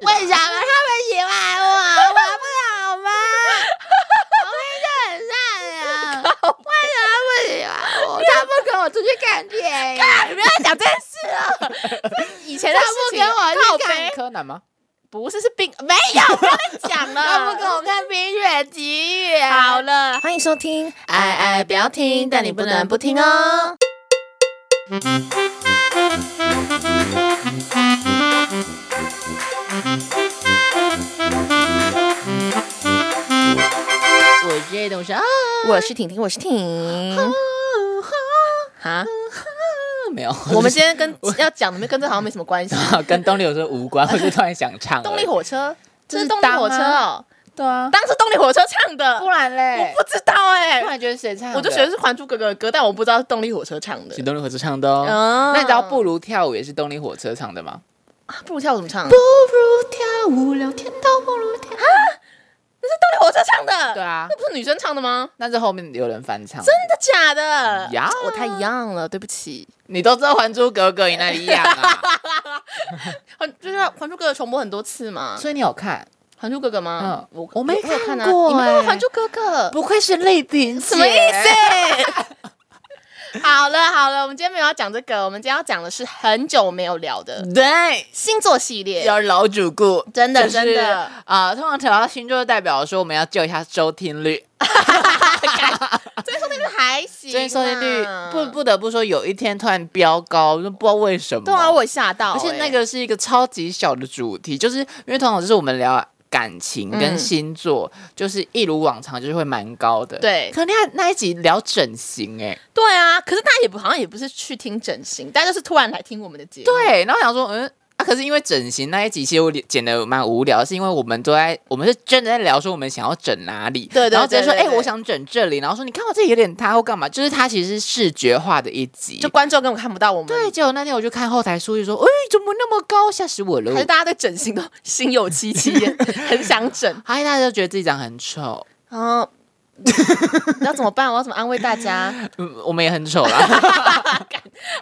为什么他们喜欢我？我不好 吗？我明明就很善良，为什么不喜欢我？他不跟我出去看电影，你不要讲这件事了。以前的他事不情 跟我靠去看背，柯南吗？不是是病，没有不要再讲他不了。跟我看《冰雪奇缘》。好了，欢迎收听，爱爱不要听，但你不能不听哦。我是叶董事啊，我是婷婷，我是婷。啊，没有， 我们今天跟要讲的跟这好像没什么关系。 跟动力火车无关，我就突然想唱了。动力火车，这是这动是力当啊火车哦，对啊，当时动力火车唱的，不然嘞我，不知道哎、不然觉得谁唱的？我就觉得是《还珠格格》的歌，但我不知道是动力火车唱的是。动力火车唱的哦。嗯那你知道不如跳舞也是动力火车唱的吗？啊不如跳舞怎么唱？不动如跳舞聊天，倒不如跳。啊力火车唱的，对，啊，那不是女生唱的吗？那是后面有人翻唱。真的假的？呀我太样了，对不起。你都知道《还珠格格》，你哪里一 样啊？还就是嗯《还珠格格》重播很多次嘛，《所以你有看？还珠格格》吗嗯？我我没我有看啊，看过你没有《哎还珠格格》？不愧是泪点，什么意？思？ 好了好了，我们今天没有要讲这个，我们今天要讲的是很久没有聊的对，星座系列，要老主顾，真的嗯就真是 的。啊、通常调到星座，就代表说我们要救一下收听率。最近收听率还行啊，最近收听率不不得不说，有一天突然飙高，就不知道为什么。对啊，我也吓到欸，而且那个是一个超级小的主题，就是因为通常就是我们聊感情嗯跟星座，就是一如往常，就是会蛮高的。对可那那一集聊整形、欸，哎，对啊，可是大家也不好像也不是去听整形，大家就是突然来听我们的节目。对，然后想说，嗯。啊，可是因为整形那一集，其实我剪的蛮无聊，是因为我们都在，我们是真的在聊说我们想要整哪里，对对然后直接对说，对哎、对我想整这里，然后说你看我这里有点塌或干嘛，就是它其实是视觉化的一集，就观众根本看不到我们。对，结果那天我就看后台数据说，哎、怎么那么高，吓死我了还！是大家对整形都 心有戚 戚焉，很想整。还有大家都觉得自己长很丑，然后嗯要怎么办？我要怎么安慰大 家？嗯，我们也很丑啦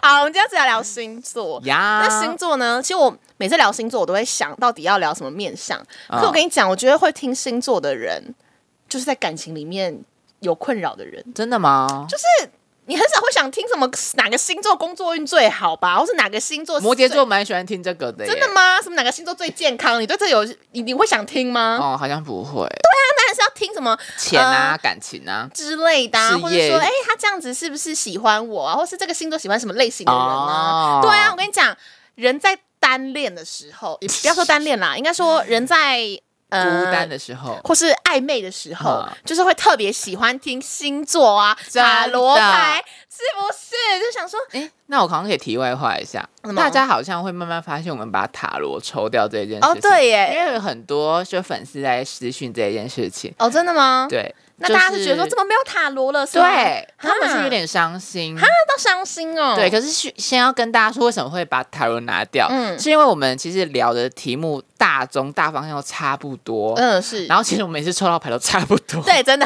好，我们今天只来聊星座。 呀。那星座呢？其实我每次聊星座，我都会想到底要聊什么面相。嗯可我跟你讲，我觉得会听星座的人，就是在感情里面有困扰的人。真的吗？就是你很少会想听什么哪个星座工作运最好吧，或是哪个星座是摩羯最座蛮喜欢听这个的耶，真的吗？什么哪个星座最健康？你对这有你你会想听吗？哦，好像不会，当然是要听什么钱啊，呃感情啊，之类的、啊，事或者说业哎、他这样子是不是喜欢我啊？或是这个星座喜欢什么类型的人啊？哦对啊，我跟你讲，人在单恋的时候，也不要说单恋啦，应该说人在呃孤单。的时候，或是暧昧的时候，嗯就是会特别喜欢听星座啊、真的塔罗牌，是不是？就想说，哎，那我好像可以题外话一下什么，大家好像会慢慢发现我们把塔罗抽掉这件事情，哦，，对因耶，为有很多就粉丝在私讯这件事情，哦，真的吗？对，那就大家是觉得说怎么没有塔罗了？是吗对，他们是有啊点伤心。那到伤心哦。对，可是需先要跟大家说，为什么会把塔罗拿掉？嗯是因为我们其实聊的题目大宗大方向都差不多，嗯是，然后其实我们每次抽到牌都差不多。对，真的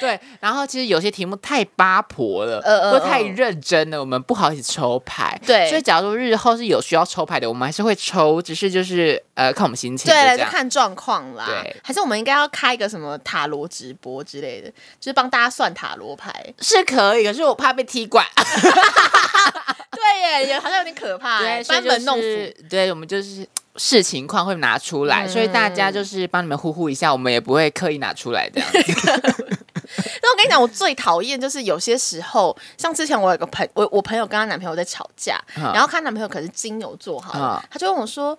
对，然后其实有些题目太八婆了，呃呃或太呃认真了，我们不好一起抽牌。对所以假如日后是有需要抽牌的，我们还是会抽，只是就是呃看我们心情。对了，了，就看状况啦。对。还是我们应该要开一个什么塔罗直播之类的，就是帮大家算塔罗牌 是可以，可是我怕被踢馆，对耶，也好像有点可怕 耶，所以班就门弄斧。是对，我们就是。视情况会拿出来，所以大家就是帮你们呼呼一下，我们也不会刻意拿出来 的。那我跟你讲，我最讨厌就是有些时候，像之前我有个朋，我我朋友跟她男朋友在吵架，嗯然后她男朋友可是金牛座好了，嗯她就问我说。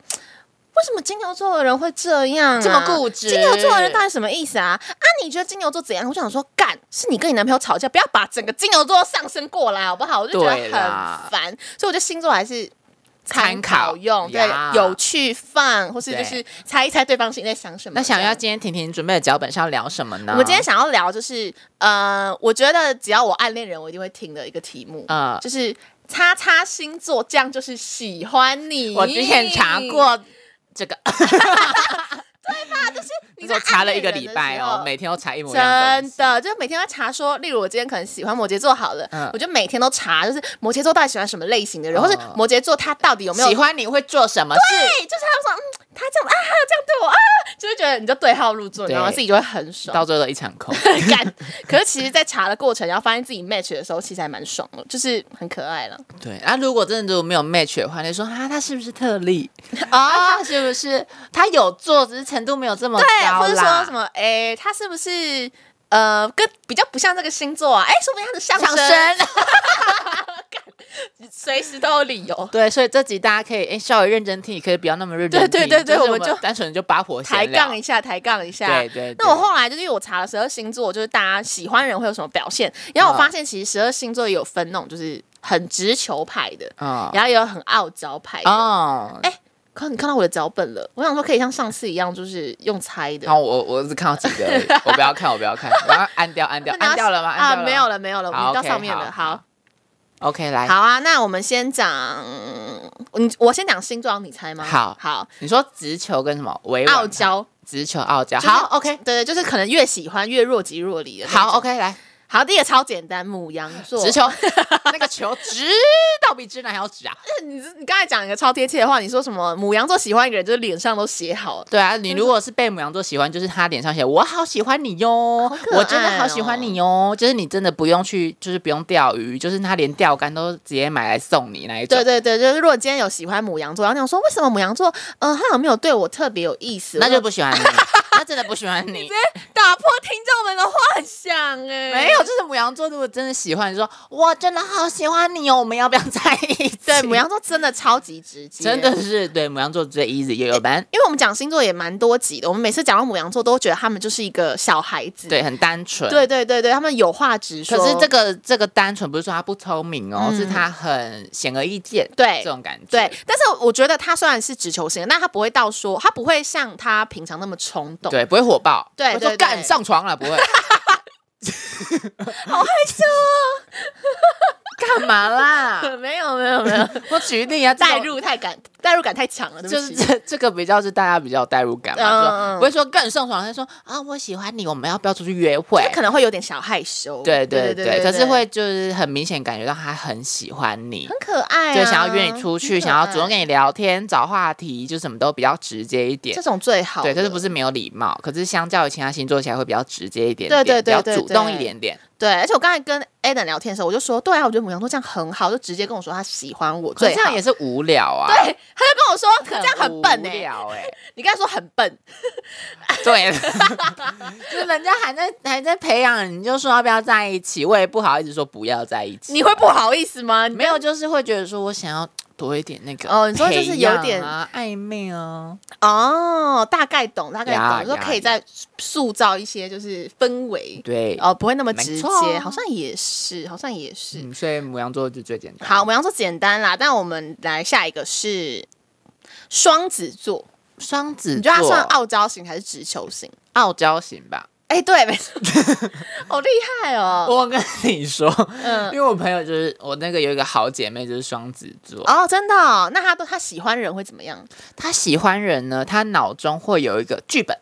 为什么金牛座的人会这样、啊？这么固执金牛座的人到底什么意思啊？啊，你觉得金牛座怎样？我就想说，干，是你跟你男朋友吵架，不要把整个金牛座上升过来，好不好？我就觉得对很啦烦，所以我觉得星座还是参参考考用，对呀，有趣放，或是就是对猜一猜对方心里在想什么。那想这样要今天婷婷准备的脚本是要聊什么呢？我们今天想要聊就是，呃，我觉得只要我暗恋人，我一定会听的一个题目，呃就是叉叉星座，这样就是喜欢你。我之前查，过这 个， 你在我查了一个暗恋礼人的拜时哦候，每天都查一模一样的东真西。的，就是每天要查说，例如我今天可能喜欢摩羯座好了，嗯我就每天都查，就是摩羯座到底喜欢什么类型的人，哦或是摩羯座他到底有没有喜？欢你会做什么对，事？就是他说，嗯，他这样啊，他这样对，你就对号入座，对然后自己就会很爽到。最后都一场 空。 干，可是其实，在查的过程，然后发现自己 match 的时候，其实还蛮爽的，就是很可爱了。对，啊，如果真的如果没有 match 的话，你就说啊，他是不是特 例？啊，他哦是不是他有做，只是程度没有这么对，高或者啦说什么，哎、他是不是呃，跟比较不像这个星座啊？哎、说不定他的上上升 升，随时都有理由。对，所以这集大家可以哎稍微认真听，也可以不要那么认真对听。对对对就是我我们就单纯就八婆闲抬聊杠一下，抬杠一下。对对对那我后来就是因为我查了十二星座，就是大家喜欢人会有什么表现，然后我嗯发现其实十二星座也有分那种就是很直球派的，啊然后也有很傲娇派的。哦，哎可你看到我的脚本了，我想说可以像上次一样，就是用猜的。好，我我只看到几个而已，我不要看，我不要看，我要按 掉按掉，那你要按掉了吗？按啊，掉没有了了，没有了，我好们到 OK，上面了。好好， ，OK，来，好啊，那我们先讲，你我先讲星座，你猜吗？好好，你说直球跟什么委婉傲，娇，直球傲娇，就是好，OK，对对，就是可能越喜欢越若即若离的那种。好，OK，来，好，第一个超简单，母羊座。直球， 那个球直到比直男还要直啊！你这你刚才讲一个超贴切的话，你说什么母羊座喜欢一个人，就是脸上都写好了。对啊，你如果是被母羊座喜欢，就是他脸上写“我好喜欢你哟好，可爱哦我真的好喜欢你哟”，就是你真的不用去，就是不用钓鱼，就是他连钓竿都直接买来送你那一种。对对对，就是如果今天有喜欢母羊座，然后你想说为什么母羊座，嗯、他好像没有对我特别有意思，那我就不喜欢你， 那真的不喜欢 你。打破听众们的幻想哎、没有，就是母羊座，如果真的喜欢，你说我真的好喜欢你哦，我们要不要在一起？对母羊座真的超级直接，真的是对母羊座最 easy 也有班，因为我们讲星座也蛮多集的，我们每次讲到母羊座，都觉得他们就是一个小孩子。对，很单纯。，对对对对，他们有话直说。可是这个这个单纯不是说他不聪明哦，嗯是他很显而易见，对这种感觉。对，但是我觉得他虽然是直球型的，但他不会到说他不会像他平常那么冲动。，对，不会火爆，对不会对说干对上床了，不 会。好害羞、哦，干嘛啦？没有没有没有，我举例啊，这种代入太感代入感太强了，对不就是起。这这个比较是大家比较有代入感嘛，嗯嗯说不会说更上床，他说啊我喜欢你，我们要不要出去约会他？可能会有点小害羞。对对对对，可是会就是很明显感觉到他很喜欢你很，可爱、啊，啊就想要约你出去，很可想要主动爱跟你聊天，找话题，就什么都比较直接一点这。种最好。对，可是不是是没有礼貌，可是相较于其他星座起来会比较直接一点对点，对对比对较主动对一点点。对？而且我刚才跟 Adam 聊天的时候，我就说，对啊，我觉得母羊座这样很好，就直接跟我说他喜欢我，可最是这样也是。是无聊啊，对， 他就跟我说，可这样很笨无哎、聊哎、你刚才说很笨， 对，就是人家还 在还在培养，你就说要不要在一起，我也不好意思说不要在一起。你会不好意思吗？没有，就是会觉得说我想要多一点那个哦你说就是培养有点啊暧昧哦，哦，大概懂，大概懂，呀就说呀可以再塑造一些就是氛围，对，哦，不会那么直没错接，好像也是，好像也是。嗯，所以母羊座就最简单。好，我，们要说简单啦，但我们来下一个是双子座，双子座，你觉得他算傲娇型还是直球型？傲娇型吧？哎、对，没 错， 好厉害哦。我跟你说， 嗯，因为我朋友就是我那个有一个好姐妹就是双子座， 哦，真的哦、那他都他喜欢人会怎么样？她喜欢人呢，她脑中会有一个剧本。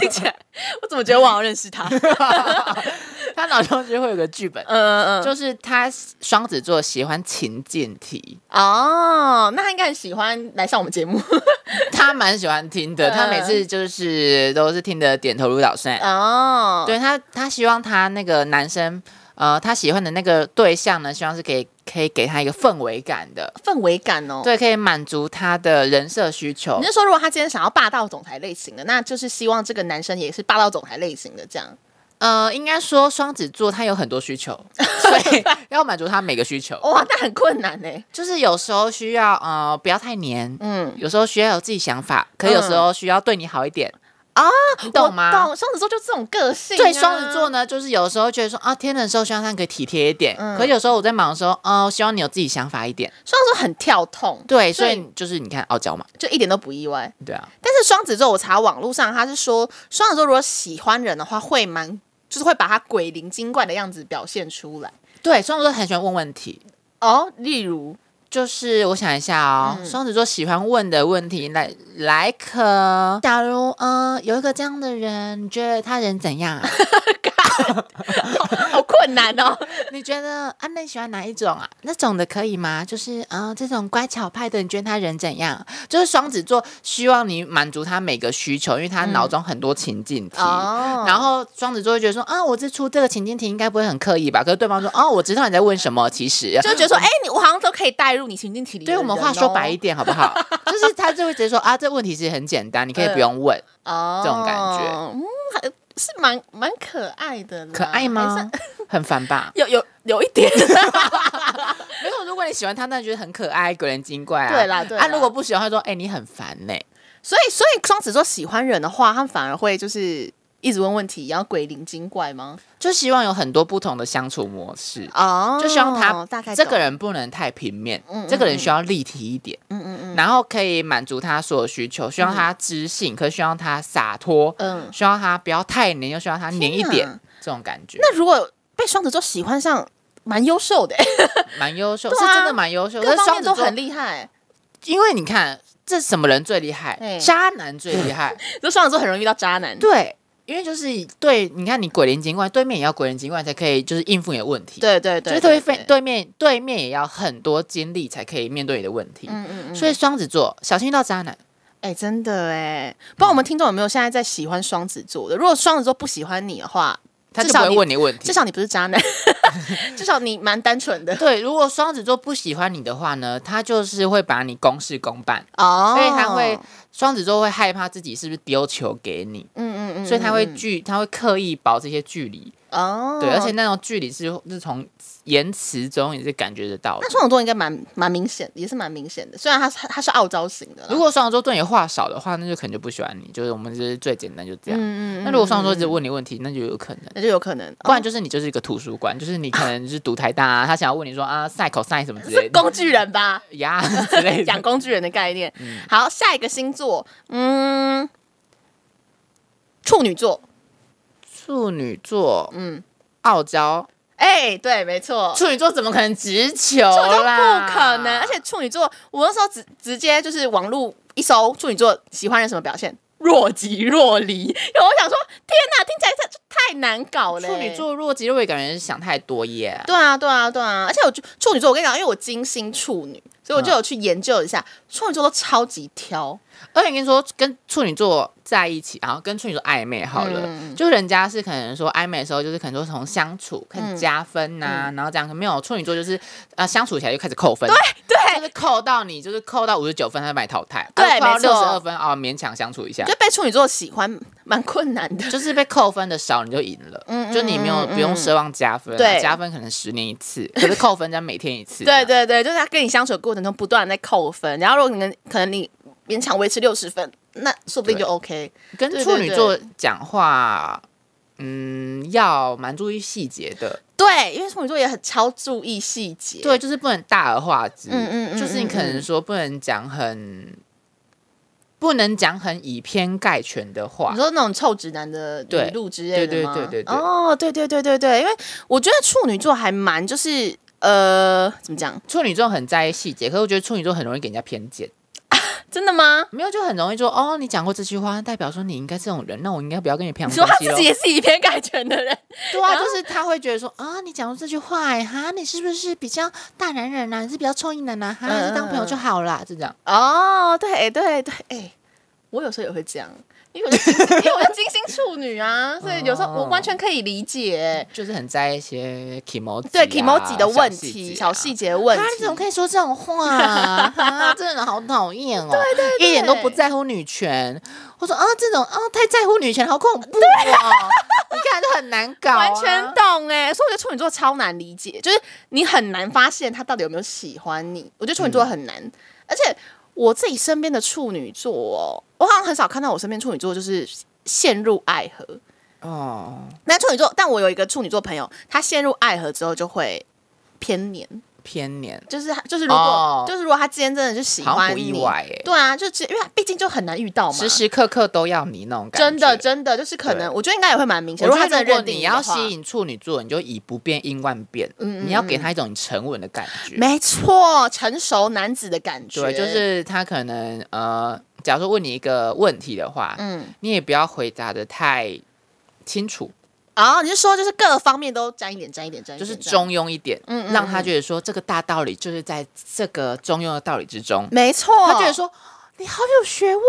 听起来， 我怎么觉得我好像认识他？ 嗯他脑中就会有个剧本，嗯嗯，就是他双子座喜欢情境题，哦，那他应该很喜欢来上我们节目 他蛮喜欢听的，嗯他每次就是都是听得点头如捣蒜。哦。对他，他希望他那个男生，呃，他喜欢的那个对象呢，希望是可以可以给他一个氛围感的，氛围感哦。对，可以满足他的人设需求你。是说，如果他今天想要霸道总裁类型的，那就是希望这个男生也是霸道总裁类型的这样。呃，应该说双子座他有很多需求，所 以要满足他每个需求，哇，那很困难呢。就是有时候需要呃不要太黏，嗯，有时候需要有自己想法，可有时候需要对你好一点啊你懂啊吗？我懂，双子座就这种个性、啊对双子座，呢，就是有时候觉得说啊，天冷的时候希望他可以体贴一点，嗯可有时候我在忙的时候，哦、希望你有自己想法一点。双子座很跳痛，对，所所以以就是你看傲娇嘛，就一点都不意外。对啊，但是双子座，我查网络上他是说，双子座如果喜欢人的话，会蛮就是会把他鬼灵精怪的样子表现出来。对，双子座很喜欢问问题。哦，例如，就是我想一下哦，双子座喜欢问的问题，来来可，假如呃有一个这样的人，你觉得他人怎样啊？好困难 哦。你觉得安内喜欢哪一种啊？那种的可以吗？就是嗯、呃这种乖巧派的，你觉得他人怎样？就是双子座希望你满足他每个需求，因为他脑中很多情境题。哦然后双子座会觉得说啊，我这出这个情境题应该不会很刻意吧？可是对方说哦，我知道你在问什么，其实就觉得说，哎、你我好像都可以带入你情境题里的对人哦。我们话说白一点好不好？就是他就会直接说啊，这问题其实很简单，你可以不用问。哦，这种感觉嗯，还是蛮蛮可爱的啦，可爱还是吗？很烦吧？有有有一点，没有， 如果你喜欢他，那你觉得很可爱，鬼人精怪啊。对啦对啦啊，如果不喜欢，他说哎、你很烦呢、所以所以双子座喜欢人的话，他们反而会就是一直问问题，然后鬼灵精怪吗？就希望有很多不同的相处模式，哦就希望他大概这个懂，人不能太平面，嗯嗯这个人需要立体一点，嗯嗯然后可以满足他所有需求，希望他知性，可是希望他洒脱，嗯嗯。希望他不要太黏，又希望他黏一天点哪，这种感觉那如果被双子座喜欢上，蛮优秀的、欸蛮优秀，对是啊真的蛮优秀。可各是方双面子都座很，厉害、因为你看这什么人最厉害？对渣男最 厉害，就双子座很容易遇到渣男。对。因为就是对，你看你鬼灵精怪，对面也要鬼灵精怪才可以，就是应付你的问题。对对就对，是对面对面对面也要很多精力才可以面对你的问题。嗯嗯嗯。所以双子座小心遇到渣男，哎、真的哎，不知道我们听众有没有现在在喜欢双子座的？如果双子座不喜欢你的话，他就至不少会你问你问至题。少你不是渣 男，至少你蛮单纯的对，如果双子座不喜欢你的话呢，他就是会把你公事公办，哦所以他会双子座会害怕自己是不是丢球给你，嗯嗯嗯，所以他会嗯距他会刻意保这些距离，哦，对，而且那种距离是是从言辞中也是感觉得到的那。双子座应该蛮蛮明显，也是蛮明显的。虽然他是他是傲娇型的啦，如果双子座对你话少的话，那就可能就不喜欢你，就是我们就是最简单就这样。嗯那如果双子座一直问你问题，那就有可能。那就有可能，不然哦就是你就是一个图书馆，就是你可能就是读台大、啊，他想要问你说啊赛口赛什么之类的，工具人吧，呀之类讲的。工具人的嗯概念。好，下一个星座，嗯，处女座，处女座嗯，傲娇，哎，对，没错。处女座怎么可能直球处女座啦？不可能，而啊且处女座，我那时候直直接就是网络一搜处女座喜欢人什么表现，若即若离。然后我想说，天哪，听起来太太难搞了。处女，座若即若离，感觉是想太多耶。对啊，对啊，对啊。而且我就处女座，我跟你讲，因为我金星处女，所以我就有去研究一下，处女座都超级挑。而且跟你说，跟处女座在一起，然后跟处女座暧昧好了，嗯就人家是可能说暧昧的时候，就是可能说从相处开始加分呐、然后这样可没有处女座就是呃相处起来就开始扣分，嗯对 对就是扣到你就是扣到五十九分，他就把你淘汰，对到没错六十二分啊、勉强相处一下就，被处女座喜欢蛮困难的。就是被扣分的少你就赢了，嗯就你没有嗯嗯不用奢望加分、啊，对加分可能十年一次，可是扣分加每天一次，对，对对，就是他跟你相处的过程中不断地在扣分，然后如果你能可能你勉强维持六十分，那说不定就 OK。跟对对处女座讲话。嗯，要蛮注意细节的，对，因为处女座也很超注意细节。对，就是不能大而化之，嗯嗯嗯就是你可能说不能讲很，不能讲很以偏概全的话你，说那种臭直男的对语录之类的吗？对对对对对哦，对对对对对，因为我觉得处女座还蛮就是呃，怎么讲？处女座很在意细节，可是我觉得处女座很容易给人家偏见，真的吗？没有就很容易说哦，你讲过这句话，代表说你应该这种人，那我应该不要跟你培养你说关他系咯自己也是以偏概全的 人，对啊，就是他会觉得说啊，你讲过这句话、哎哈，你是不是比较大男人呐、啊你是比较臭硬男呐、哈，嗯你是当朋友就好啦，就这样。哦，对对对，哎、我有时候也会这样，因为我是金 星因为我是金星处女啊，所以有时候我哦完全可以理解。就是很在意一些 k i m o 对 k i m o j i 的问题、啊小细啊节节的问啊。题啊，，你怎么可以说这 种话、啊？啊，这个人好讨厌哦，对对一点都不在乎女权。我说啊，这种啊太在乎女权，好恐怖哦！你看就很难搞、啊完全。懂哎、所以我觉得处女座超难理解，就是你很难发现他到底有没有喜欢你。我觉得处女座很难，而且我自己身边的处女座哦，我好像很少看到我身边处女座就是陷入爱河。哦，那处女座，但我有一个处女座朋友，他陷入爱河之后就会偏黏，偏黏，就是他，就是如果、哦就是如果他今天真的是喜好像欢不意你，外哎、对啊，就只因为他毕竟就很难遇到嘛，时时刻刻都要你那种感觉。真的真的就是可对能，我觉得应该也会蛮明显。我觉他真的得如果认定你的要话吸引处女座，你就以不变应万变，嗯嗯你要给他一种沉稳的感觉。没错，成熟男子的感觉，对，就是他可能呃，假如说问你一个问题的话，嗯你也不要回答的太清楚，啊，你是说就是各方面都沾一点，沾一点，沾一就点，是沾一点中庸一点，嗯嗯让他觉得说这个大道理就是在这个中庸的道理之中，没错，他觉得说你好有学问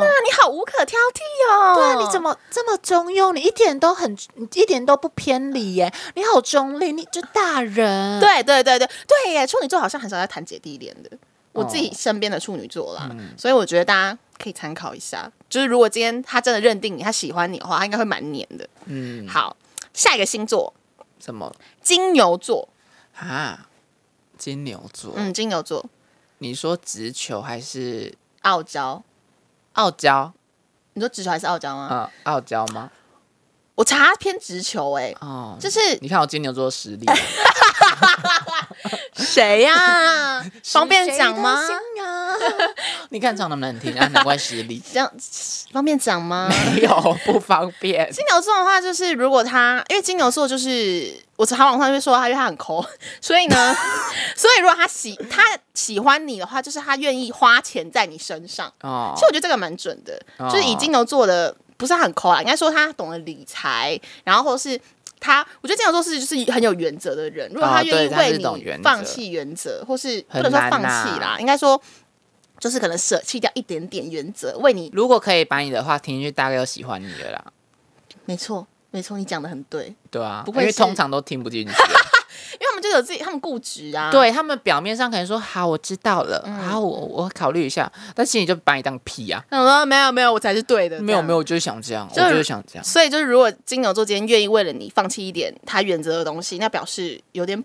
啊，你好无可挑剔哦，对啊，你怎么么这么中庸？你一点都很，你一点都不偏离耶，你好中立，你就大人，嗯对对对对对耶，处女座好像很少在谈姐弟恋的，我自己哦身边的处女座啦，嗯所以我觉得大家可以参考一下，就是如果今天他真的认定你，他喜欢你的话，他应该会蛮黏的。嗯，好，下一个星座什么金牛座，啊？金牛座，嗯，金牛座你说直球还是傲娇，傲娇？你说直球还是傲娇吗？嗯，傲娇吗？我查偏直球、欸，哦，就是你看我金牛座的实力，谁呀、 方便讲吗？啊你看长得难听啊，难怪实力这样方便讲吗？没有不方便。金牛座的话，就是如果他，因为金牛座就是我查网上就说他，因为他很抠，所以 呢，所以如果他喜他喜欢你的话，就是他愿意花钱在你身上。哦其实我觉得这个蛮准的，哦就是以金牛座的，不是他很抠啦，应该说他懂得理财，然后或是他，我觉得金牛座是就是很有原则的人。如果哦他愿对意他是为懂原你则放弃原则，或是不很能说难放弃呐啦，应该说就是可能舍弃掉一点点原则，为你。如果可以把你的话听进去，大概就喜欢你了啦。没错，没错，你讲的很对。对啊，不因愧为是通常都听不进去。啊因为他们就有自己，他们固执啊。，对他们表面上可能说好，我知道了，好，我我考虑一下，但心里就把你当屁啊。他们说没有没有，我才是对的。没有没有。有，我就是想这样，我就是就是想这样。所以就是，如果金牛座今天愿意为了你放弃一点他原则的东西，那表示有点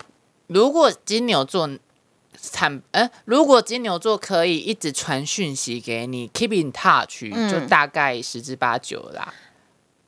如果金牛座惨，呃，如果金牛座可以一直传讯息给你，keep in touch，、嗯就大概十之八九啦。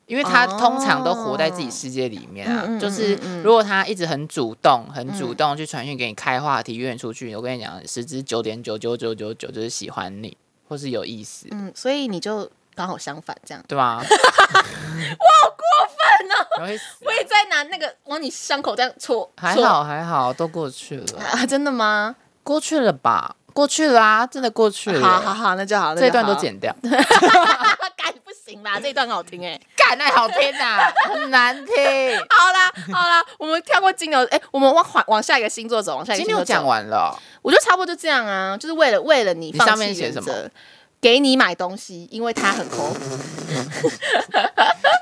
因为他哦通常都活在自己世界里面啊，嗯嗯嗯就是嗯嗯如果他一直很主动、很主动去传讯给你开话题、约你出去，我跟你讲，十之九点九九九九九就是喜欢你，或是有意思，嗯，所以你就刚好相反这样。对吧？我好过分哦！我也在拿那个往你伤口这样戳，还戳好还好，都过去了，啊？真的吗？过去了吧？过去了啊，真的过去了。好好好，那就好，这一段都 剪，剪掉， 改不行啦，这一段很好听哎。干那好听 啊，很难听。好啦好啦，我们跳过金牛，哎，我们往往往下一个星座走，往下一个金星座牛走讲，完了我觉得差不多就这样啊，就是为了为了你你放上弃面写原什么则，给你买东西，因为他很抠。哦，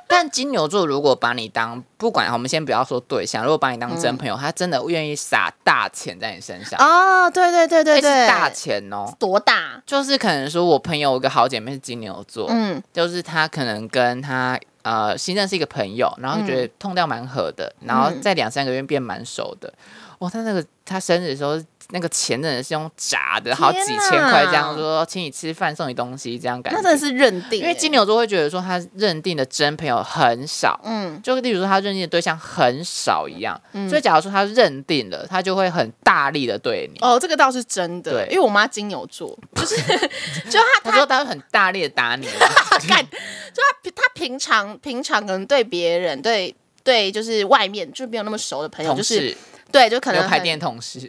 但金牛座如果把你当不管，我们先不要说对象，如果把你当真朋友，他真的愿意撒大钱在你身上，哦，对对对对而且对，是大钱哦。多大？就是可能说，我朋友有一个好姐妹是金牛座，嗯就是她可能跟她呃新认识一个朋友，然后觉嗯得痛掉蛮合的，然后在两三个月变蛮熟的。哇，她那个她生日的时候，那个钱真的是用炸的，好几千块这样哪说，请你吃饭送你东西这样感觉。那真的是认定欸，因为金牛座会觉得说他认定的真朋友很少，嗯就例如说他认定的对象很少一样，所以假如说他认定了，他就会很大力的对你。哦，这个倒是真的，对因为我妈金牛座，就是 就她他说他会很大力的打 你，干，就 她她平常平常可能对别人对对就是外面就没有那么熟的朋友，同就是事对就可能牛排很店同事，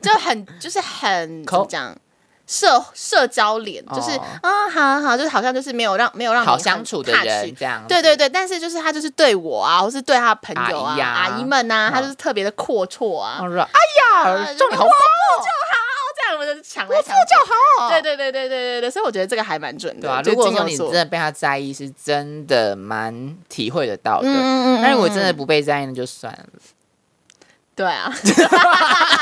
就很就是 很怎抠么讲社社交脸，就是哦啊、好好好，就是好像就是没有让没有让你好很相处的 touch 人这样。对对对，但是就是他就是对我啊，或是对他的朋友阿啊、姨啊阿姨们啊，嗯他就是特别的阔绰啊，我说，哎呀，重点好这样我们就抢来抢去就好。对对对对对对对，所以我觉得这个还蛮准的。对啊，就是如果金牛说你座真的被他在意，是真的蛮体会得到的。嗯嗯嗯但是我真的不被在意，那就算了。 对啊，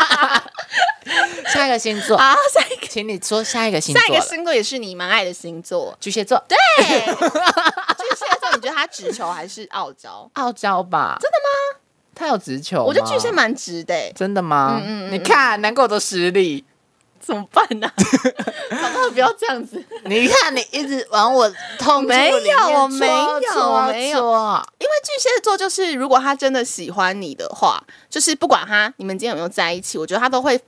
下一个星座，啊，下一个请你说下一个星下一座个了。，星座也是你蛮爱的星座 巨蟹座，对，对，巨蟹座，你觉得他直球还是傲娇？傲娇吧？真的吗？他有直球吗，我觉得巨蟹蛮直的、欸，真的吗？嗯嗯嗯你看，难怪我的实力。怎么办 啊呢、好不好？不要这样子，你看，你一直往我痛处没有里面我没戳有戳我没有戳因为巨蟹座就是，如果他真的喜欢你的话，就是不管他你们今天有没有在一起，我觉得他都会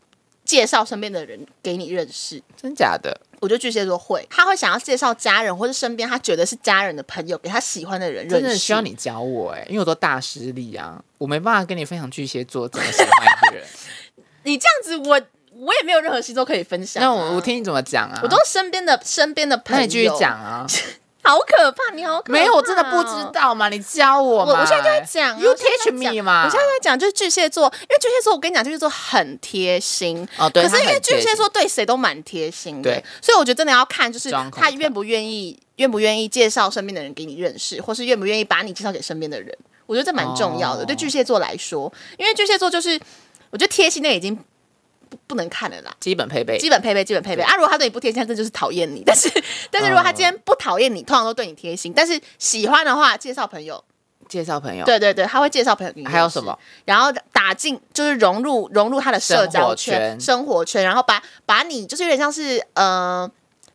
介绍身边的人给你认识。真假的？我觉得巨蟹座会，他会想要介绍家人或者身边他觉得是家人的朋友给他喜欢的人认识。真的需要你教我哎、因为我都大失力啊，我没办法跟你分享巨蟹座怎么喜欢 一个人。你这样子我，我也没有任何星座可以分享啊、那我我听你怎么讲啊？我都是身边的身边的朋那友，你继续讲啊。好可怕！你好可怕哦，没有，我真的不知道嘛，你教我我嘛。我现在就在讲啊 You 我现在 teach 就在讲 me 嘛我现在在讲就是巨蟹座，因为巨蟹座我跟你讲，巨蟹座很贴心。哦，对，可是因他为很巨贴蟹心座对谁都蛮贴心的对，所以我觉得真的要看就是装他口愿不愿意，愿不愿意介绍身边的人给你认识，或是愿不愿意把你介绍给身边的人。我觉得这蛮重要的，哦对巨蟹座来说，因为巨蟹座就是我觉得贴心那个已经不不能看了啦。基本配备，基本配备，基本配备啊！如果他对你不贴心，他这就是讨厌你。但是，但是如果他今嗯天不讨厌你，通常都对你贴心。但是喜欢的话，介绍朋友，介绍朋友，对对对，他会介绍朋友给你。还有什么？？然后打进就是融入融入他的社交圈、生活圈生活圈，然后把把你就是有点像是呃，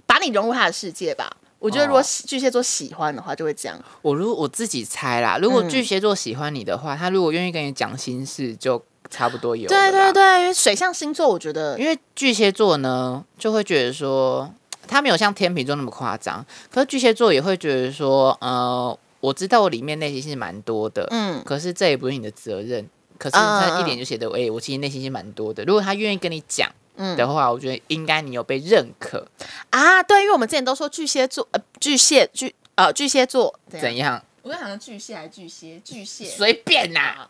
把你融入他的世界吧。我觉得如果哦喜巨蟹座喜欢的话，就会这样。我如我自己猜啦，如果嗯巨蟹座喜欢你的话，他如果愿意跟你讲心事，就差不多有了对啦。对对，因为水象星座，我觉得因为巨蟹座呢，就会觉得说，他没有像天秤座那么夸张，可是巨蟹座也会觉得说，呃，我知道我里面内心是蛮多的，嗯，可是这也不是你的责任。可嗯是嗯他嗯一点就写的，哎、我其实内心是蛮多的。如果他愿意跟你讲嗯的话，我觉得应该你有被认可，啊，对，因为我们之前都说巨蟹座，呃，巨蟹巨呃巨蟹座怎样？怎样？我在想巨蟹还是巨蟹？巨蟹随便啦、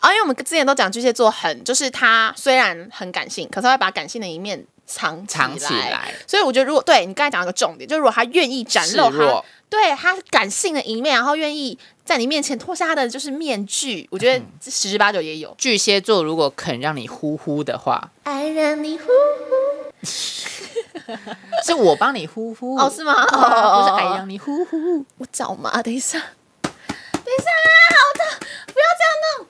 啊，因为我们之前都讲巨蟹座很，就是他虽然很感性，可是他会把感性的一面藏藏起来。来，所以我觉得，如果对你刚才讲到一个重点，就是如果他愿意展示露他弱。对他感性的一面，然后愿意在你面前脱下他的就是面具，我嗯觉得十之八九也有。巨蟹座如果肯让你呼呼的话，爱让你呼，是我帮你呼呼哦，是吗？哦啊不是哦哎哦让你呼呼。我找嘛，等一下，等一下，好啊的，不要这样弄。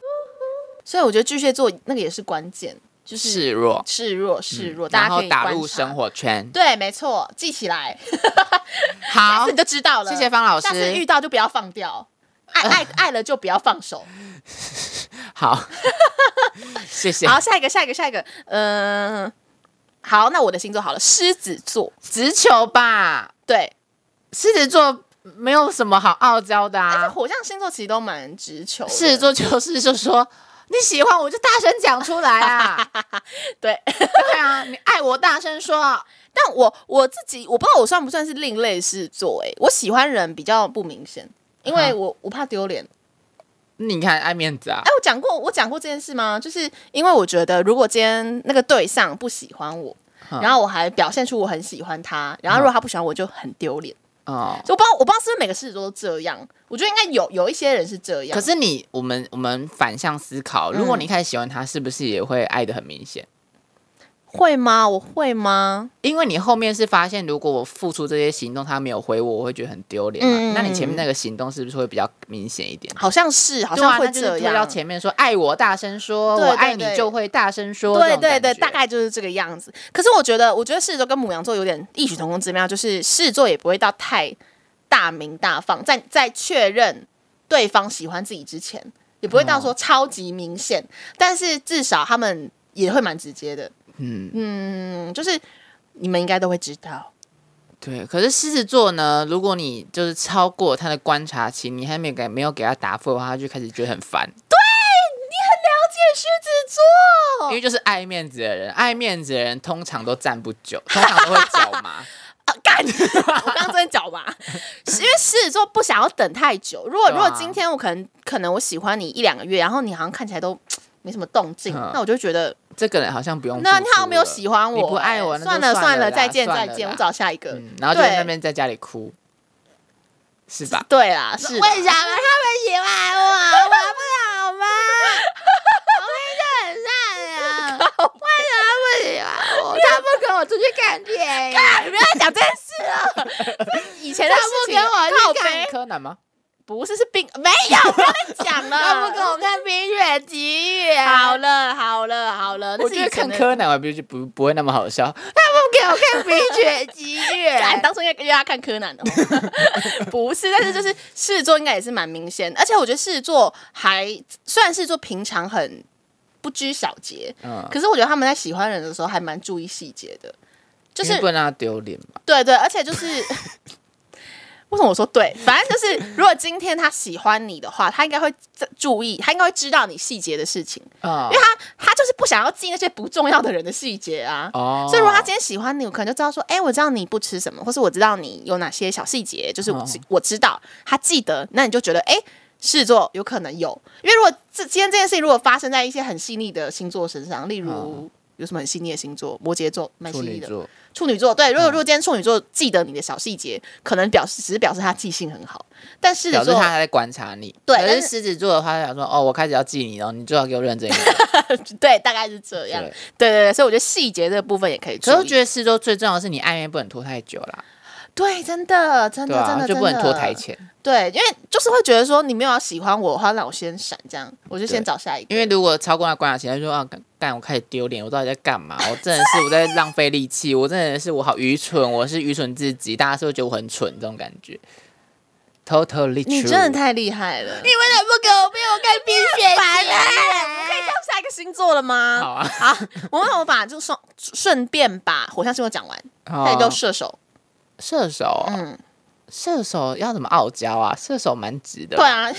所以我觉得巨蟹座那个也是关键，就是示弱，示弱示弱，大嗯然家后可以打观入察生活圈。对，没错，记起 来，下好次你，就知道了。谢谢方老下次遇师。到就不要放掉，爱 爱爱了就不要放手。好，谢谢。好，下一个，下一个，下一个，嗯、好，那我的星座好了，狮子座，直球吧，对，狮子座没有什么好傲娇的而且啊。火象星座其实都蛮直球的，狮子座就是就说你喜欢我就大声讲出来啊，对。对啊，你爱我大声说。但我我自己我不知道我算不算是另类狮子座、欸，我喜欢人比较不明显，因为哈我我怕丢脸。你看爱面子啊哎、，我讲过我讲过这件事吗？就是因为我觉得如果今天那个对象不喜欢我。哈然后我还表现出我很喜欢他，然后如果他不喜欢我就很丢脸，哦。就我不知道我不知道是不是每个狮子座都这样，我觉得应该有有一些人是这样。可是你，我们我们反向思考，嗯如果你开始喜欢他，是不是也会爱的很明显？会吗？我会吗？因为你后面是发现，如果我付出这些行动，他没有回我，我会觉得很丢脸嘛。嗯那你前面那个行动是不是会比较明显一点？好像是，好对啊像会那就是这推样。到前面说爱我大声说，对我对爱你对就会大声说。对这种对感对，觉大概就是这个样子。可是我觉得，我觉得狮子座跟母羊座有点异曲同工之妙，就是狮子座也不会到太大明大放，在在确认对方喜欢自己之前，也不会到说超级明显，但是至少他们也会蛮直接的。嗯嗯，就是你们应该都会知道。对。可是狮子座呢，如果你就是超过他的观察期，你还没有给没有给他答复的话，他就开始觉得很烦，了解狮子座因为就是爱面子的人，爱面子的人通常都站不久，通常都会脚 麻。啊， 干！我刚刚真的脚麻，是 因为狮子座不想要等太久。如果、对如啊果今天我可能可能我喜欢你一两个月，然后你好像看起来都没什么动静，嗯那我就觉得这个人好像不用付出了，那你好像没有喜欢我、你不爱我哎那就算了算算了啦再见算再了见，啦我找下一个。嗯，然后就在对那边在家里哭，是吧？对啦，是为 什么他们喜欢我？我不好 吗？我明明就很善良，为什么他们喜欢我？他不跟我出去看电 影，你哎不要讲这件事了， 以前的他事不情跟我去看靠，柯南吗？不是是病， 没有，不要再讲了。他不跟我看《冰雪奇缘》，好了好了好了，那我是觉得以前看的柯南，我不就不不会那么好笑。不给我看《冰雪奇缘敢》。啊当初应该约他看柯南的哦， 不是？但是就是狮子座应该也是蛮明显，而且我觉得狮子座还虽然狮子座平常很不拘小节，嗯，可是我觉得他们在喜欢人的时候还蛮注意细节的，就就是 是不能让他丢脸嘛。对对，而且就是。为什么我说对？反正就是，如果今天他喜欢你的话，他应该会注意，他应该会知道你细节的事情，嗯因为他他就是不想要记那些不重要的人的细节啊。哦所以如果他今天喜欢你，我可能就知道说，哎、我知道你不吃什么，或是我知道你有哪些小细节，就是我嗯知、我知道他记得，那你就觉得，哎、狮子座有可能有，因为如果这今天这件事情如果发生在一些很细腻的星座身上，例如、嗯有什么很细腻的星座，摩羯座蛮细处腻女的，座，嗯处女座对，如果如果今天处女座记得你的小细节，可能表示只是表示他记性很好，但狮表子示座他还在观察你。对可但是是狮子座的话，他想说，哦，我开始要记你了，你最好给我认真一点。对，大概是这样。对 对对啊对，所以我觉得细节这个部分也可以注可意。是我觉得狮子座最重要的是，你暧昧不能拖太久啦，对，真的真对的、真啊，的就不能真的拖台前。对，因为就是会觉得说你没有要喜欢我的话，那我先闪，这样我就先对找下一个。因为如果超过他观察期，他就说啊，干干，我开始丢脸，我到底在干嘛？我真的是我在浪费力气，我真的是我好愚蠢，我是愚蠢至极，大家是不是觉得我很蠢这种感觉？Totally true，你真的太厉害了，你为什么不给我被我看冰雪烦啊！奇可以跳下一个星座了吗？好啊，好，我们我把就顺顺便把火象星座讲完，好啊那你就射手。哦射手哦，嗯，射手要怎么傲娇啊？射手蛮直的，对， 啊，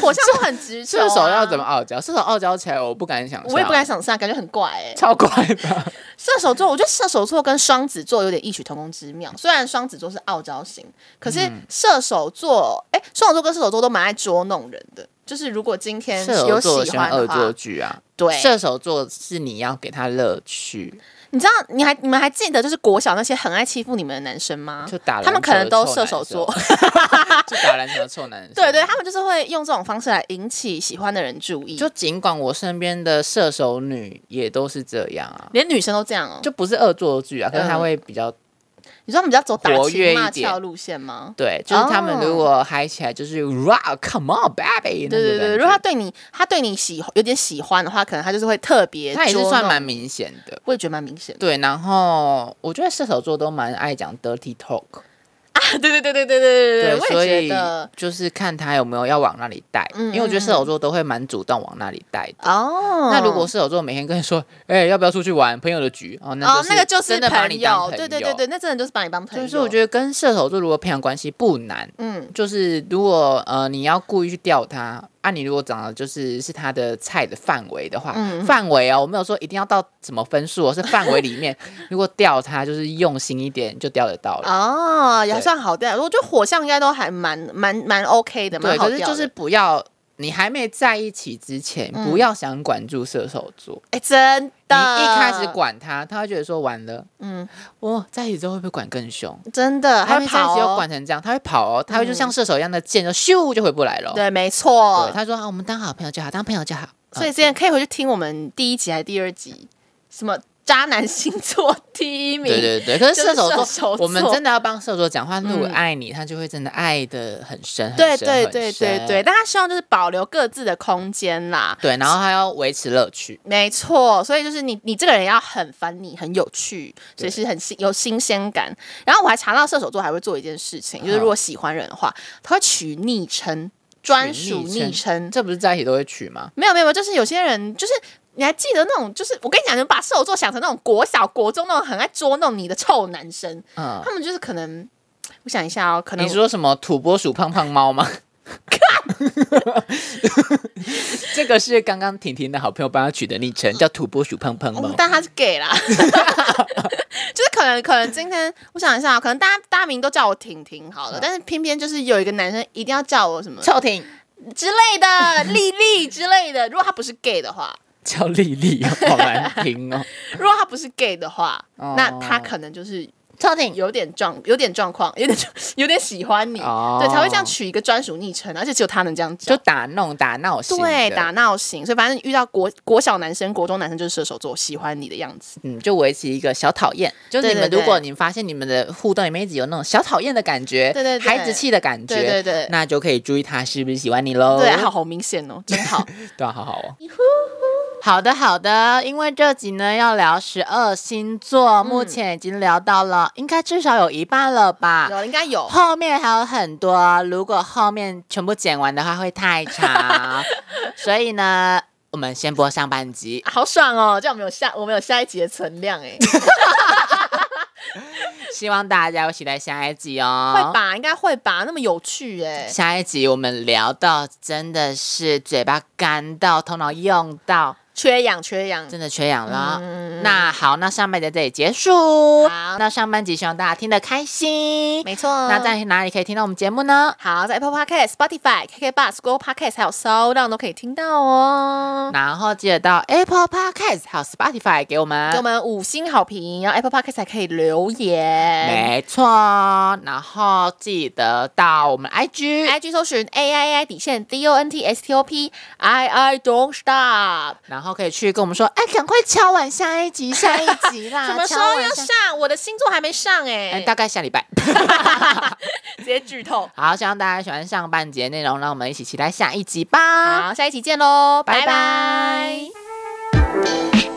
火象都很直球啊射手要怎么？啊傲娇？射手傲娇起来，我不敢想象，我也不敢想象，感觉很怪哎、超怪的，射手座，我觉得射手座跟双子座有点异曲同工之妙。虽然双子座是傲娇型，可是嗯射手座，哎、双子座跟射手座都蛮爱捉弄人的。就是如果今天射有手座喜喜欢欢的恶话作，剧啊，对射手座是你要给他乐趣，你知道你还你们还记得就是国小那些很爱欺负你们的男生吗？就打篮球的他们可能都射手座，就打篮球的臭男生， 对对，他们就是会用这种方式来引起喜欢的人注意，就尽管我身边的射手女也都是这样啊，连女生都这样哦、就不是恶作剧啊，可是她嗯会比较、你知道他们比较走打活情跃一骂点俏路线吗？对，就是他们哦如果嗨起来就是 rock come on 对 baby，对那种感对，觉如果他对你他对你喜有点喜欢的话，可能他就是会特别，他也是算蛮，明显的。我也觉得蛮明显的。对，然后我觉得射手座都蛮爱讲 dirty talk， 对对对对对对对所我也以觉得就是看他有没有要往那里带，嗯因为我觉得射手座都会蛮主动往那里带的。哦。那如果射手座每天跟你说，哎、要不要出去玩朋友的局？哦，那哦就，是那个就是真的把朋你当友，对对对对，那真的就是把你当朋友。就是我觉得跟射手座如果培养关系不难，得，嗯，就是如果呃你要故意去钓他，啊你如果长得就是是他的菜的范围的话，嗯范围哦，我没有说一定要到什么分数、哦，是范围 里面，如果钓他就是用心一点就钓得到了。哦，也对算好钓。我觉得火象应该都还蛮蛮蛮 OK 的，蛮对，好可是钓就的。是不要你还没在一起之前，嗯不要想管住射手座。哎，真你的，一开始，管他，他会觉得说完了，嗯，哦，在一起之后会不会管更凶？真的，还还没没在一跑起就哦嗯管。成这样，他会跑哦，他会就像射手一样的箭就咻就回不来了哦。对，没错对，。他说啊，我们当好朋友就好，当朋友就好。所以嗯之前可以回去听我们第一集还是第二集，什么渣男星座第一名，对对对，可就是射手座，射手我们座真的要帮射手座讲话。如果嗯爱你，他就会真的爱的很深，很对深对很对深对对，大家希望就是保留各自的空间啦。对，然后还要维持乐趣。没错，所以就是你，你这个人要很烦你，很有趣，所对以是很新有新鲜感。然后我还查到射手座还会做一件事情，就是如果喜欢人的话，他会取昵称，专属昵昵称。这不是在一起都会取吗？没有没有，就是有些人就是。你还记得那种，就是我跟你讲，你们把射手座想成那种国小、国中那种很爱捉弄你的臭男生，嗯他，们就是可能，我想一下哦，可能你说什么土拨鼠胖胖 猫吗？这个是刚刚婷婷的好朋友帮他取的昵称，叫土拨鼠胖胖猫嗯。但他是 gay 啦， 就是可能可能今天我想一下，啊可能大家大家名都叫我婷婷好了，但是偏偏就是有一个男生一定要叫我什么臭婷之类的，丽丽之类的。如果他不是 gay 的话，叫丽丽哦，好难听 哦。如果他不是 gay 的话，哦那他可能就是臭婷，有点状有点状况，有点有点喜欢你，哦对，才会这样取一个专属昵称，而且只有他能这样就叫。打弄打闹型的，对，打闹型，所以反正遇到国国小男生、国中男生就是射手座，喜欢你的样子。嗯，就维持一个小讨厌，就是对你们对如对果你发现你们的互动里面一直有那种小讨厌的感觉，对对对孩子气的感觉，对对对那就可以注意他是不是喜欢你喽。对，好，好明显哦，真好。对啊，好好哦。好的，好的，因为这集呢要聊十二星座，目前已经聊到了，应该至少有一半了吧。有，应该有。后面还有很多，如果后面全部剪完的话会太 长，所以呢，我们先播上半集。 好爽哦！这样我们有下我们有下一集的存量哎，希望大家会期待下一集哦。会吧，应该会吧，那么有趣哎、下一集我们聊到真的是嘴巴干到，头脑用到，缺氧，缺氧，嗯真的缺氧了。那好，那上半集在这里结束。好那上半集希望大家听得开心。没错。那在哪里可以听到我们节目呢？好，在 Apple Podcast、Spotify、KK Bus、Google Podcast 还有 Sound 都可以听到哦。然后记得到 Apple Podcast 还有 Spotify 给我们。给我们五星好评，然后 Apple Podcast 还可以留言。没错，然后记得到我们 IG， IG 搜寻 A I I 底线 D O N T S T O P I I Don't Stop。然后可以去跟我们说，哎，赶快敲完下一集，下一集 啦，什么时敲候完要下？上？我的星座还没上哎，哎、大概下礼拜。直接剧透。好，希望大家喜欢上半节内容，让我们一起期待下一集吧。好，下一期见喽，拜拜拜拜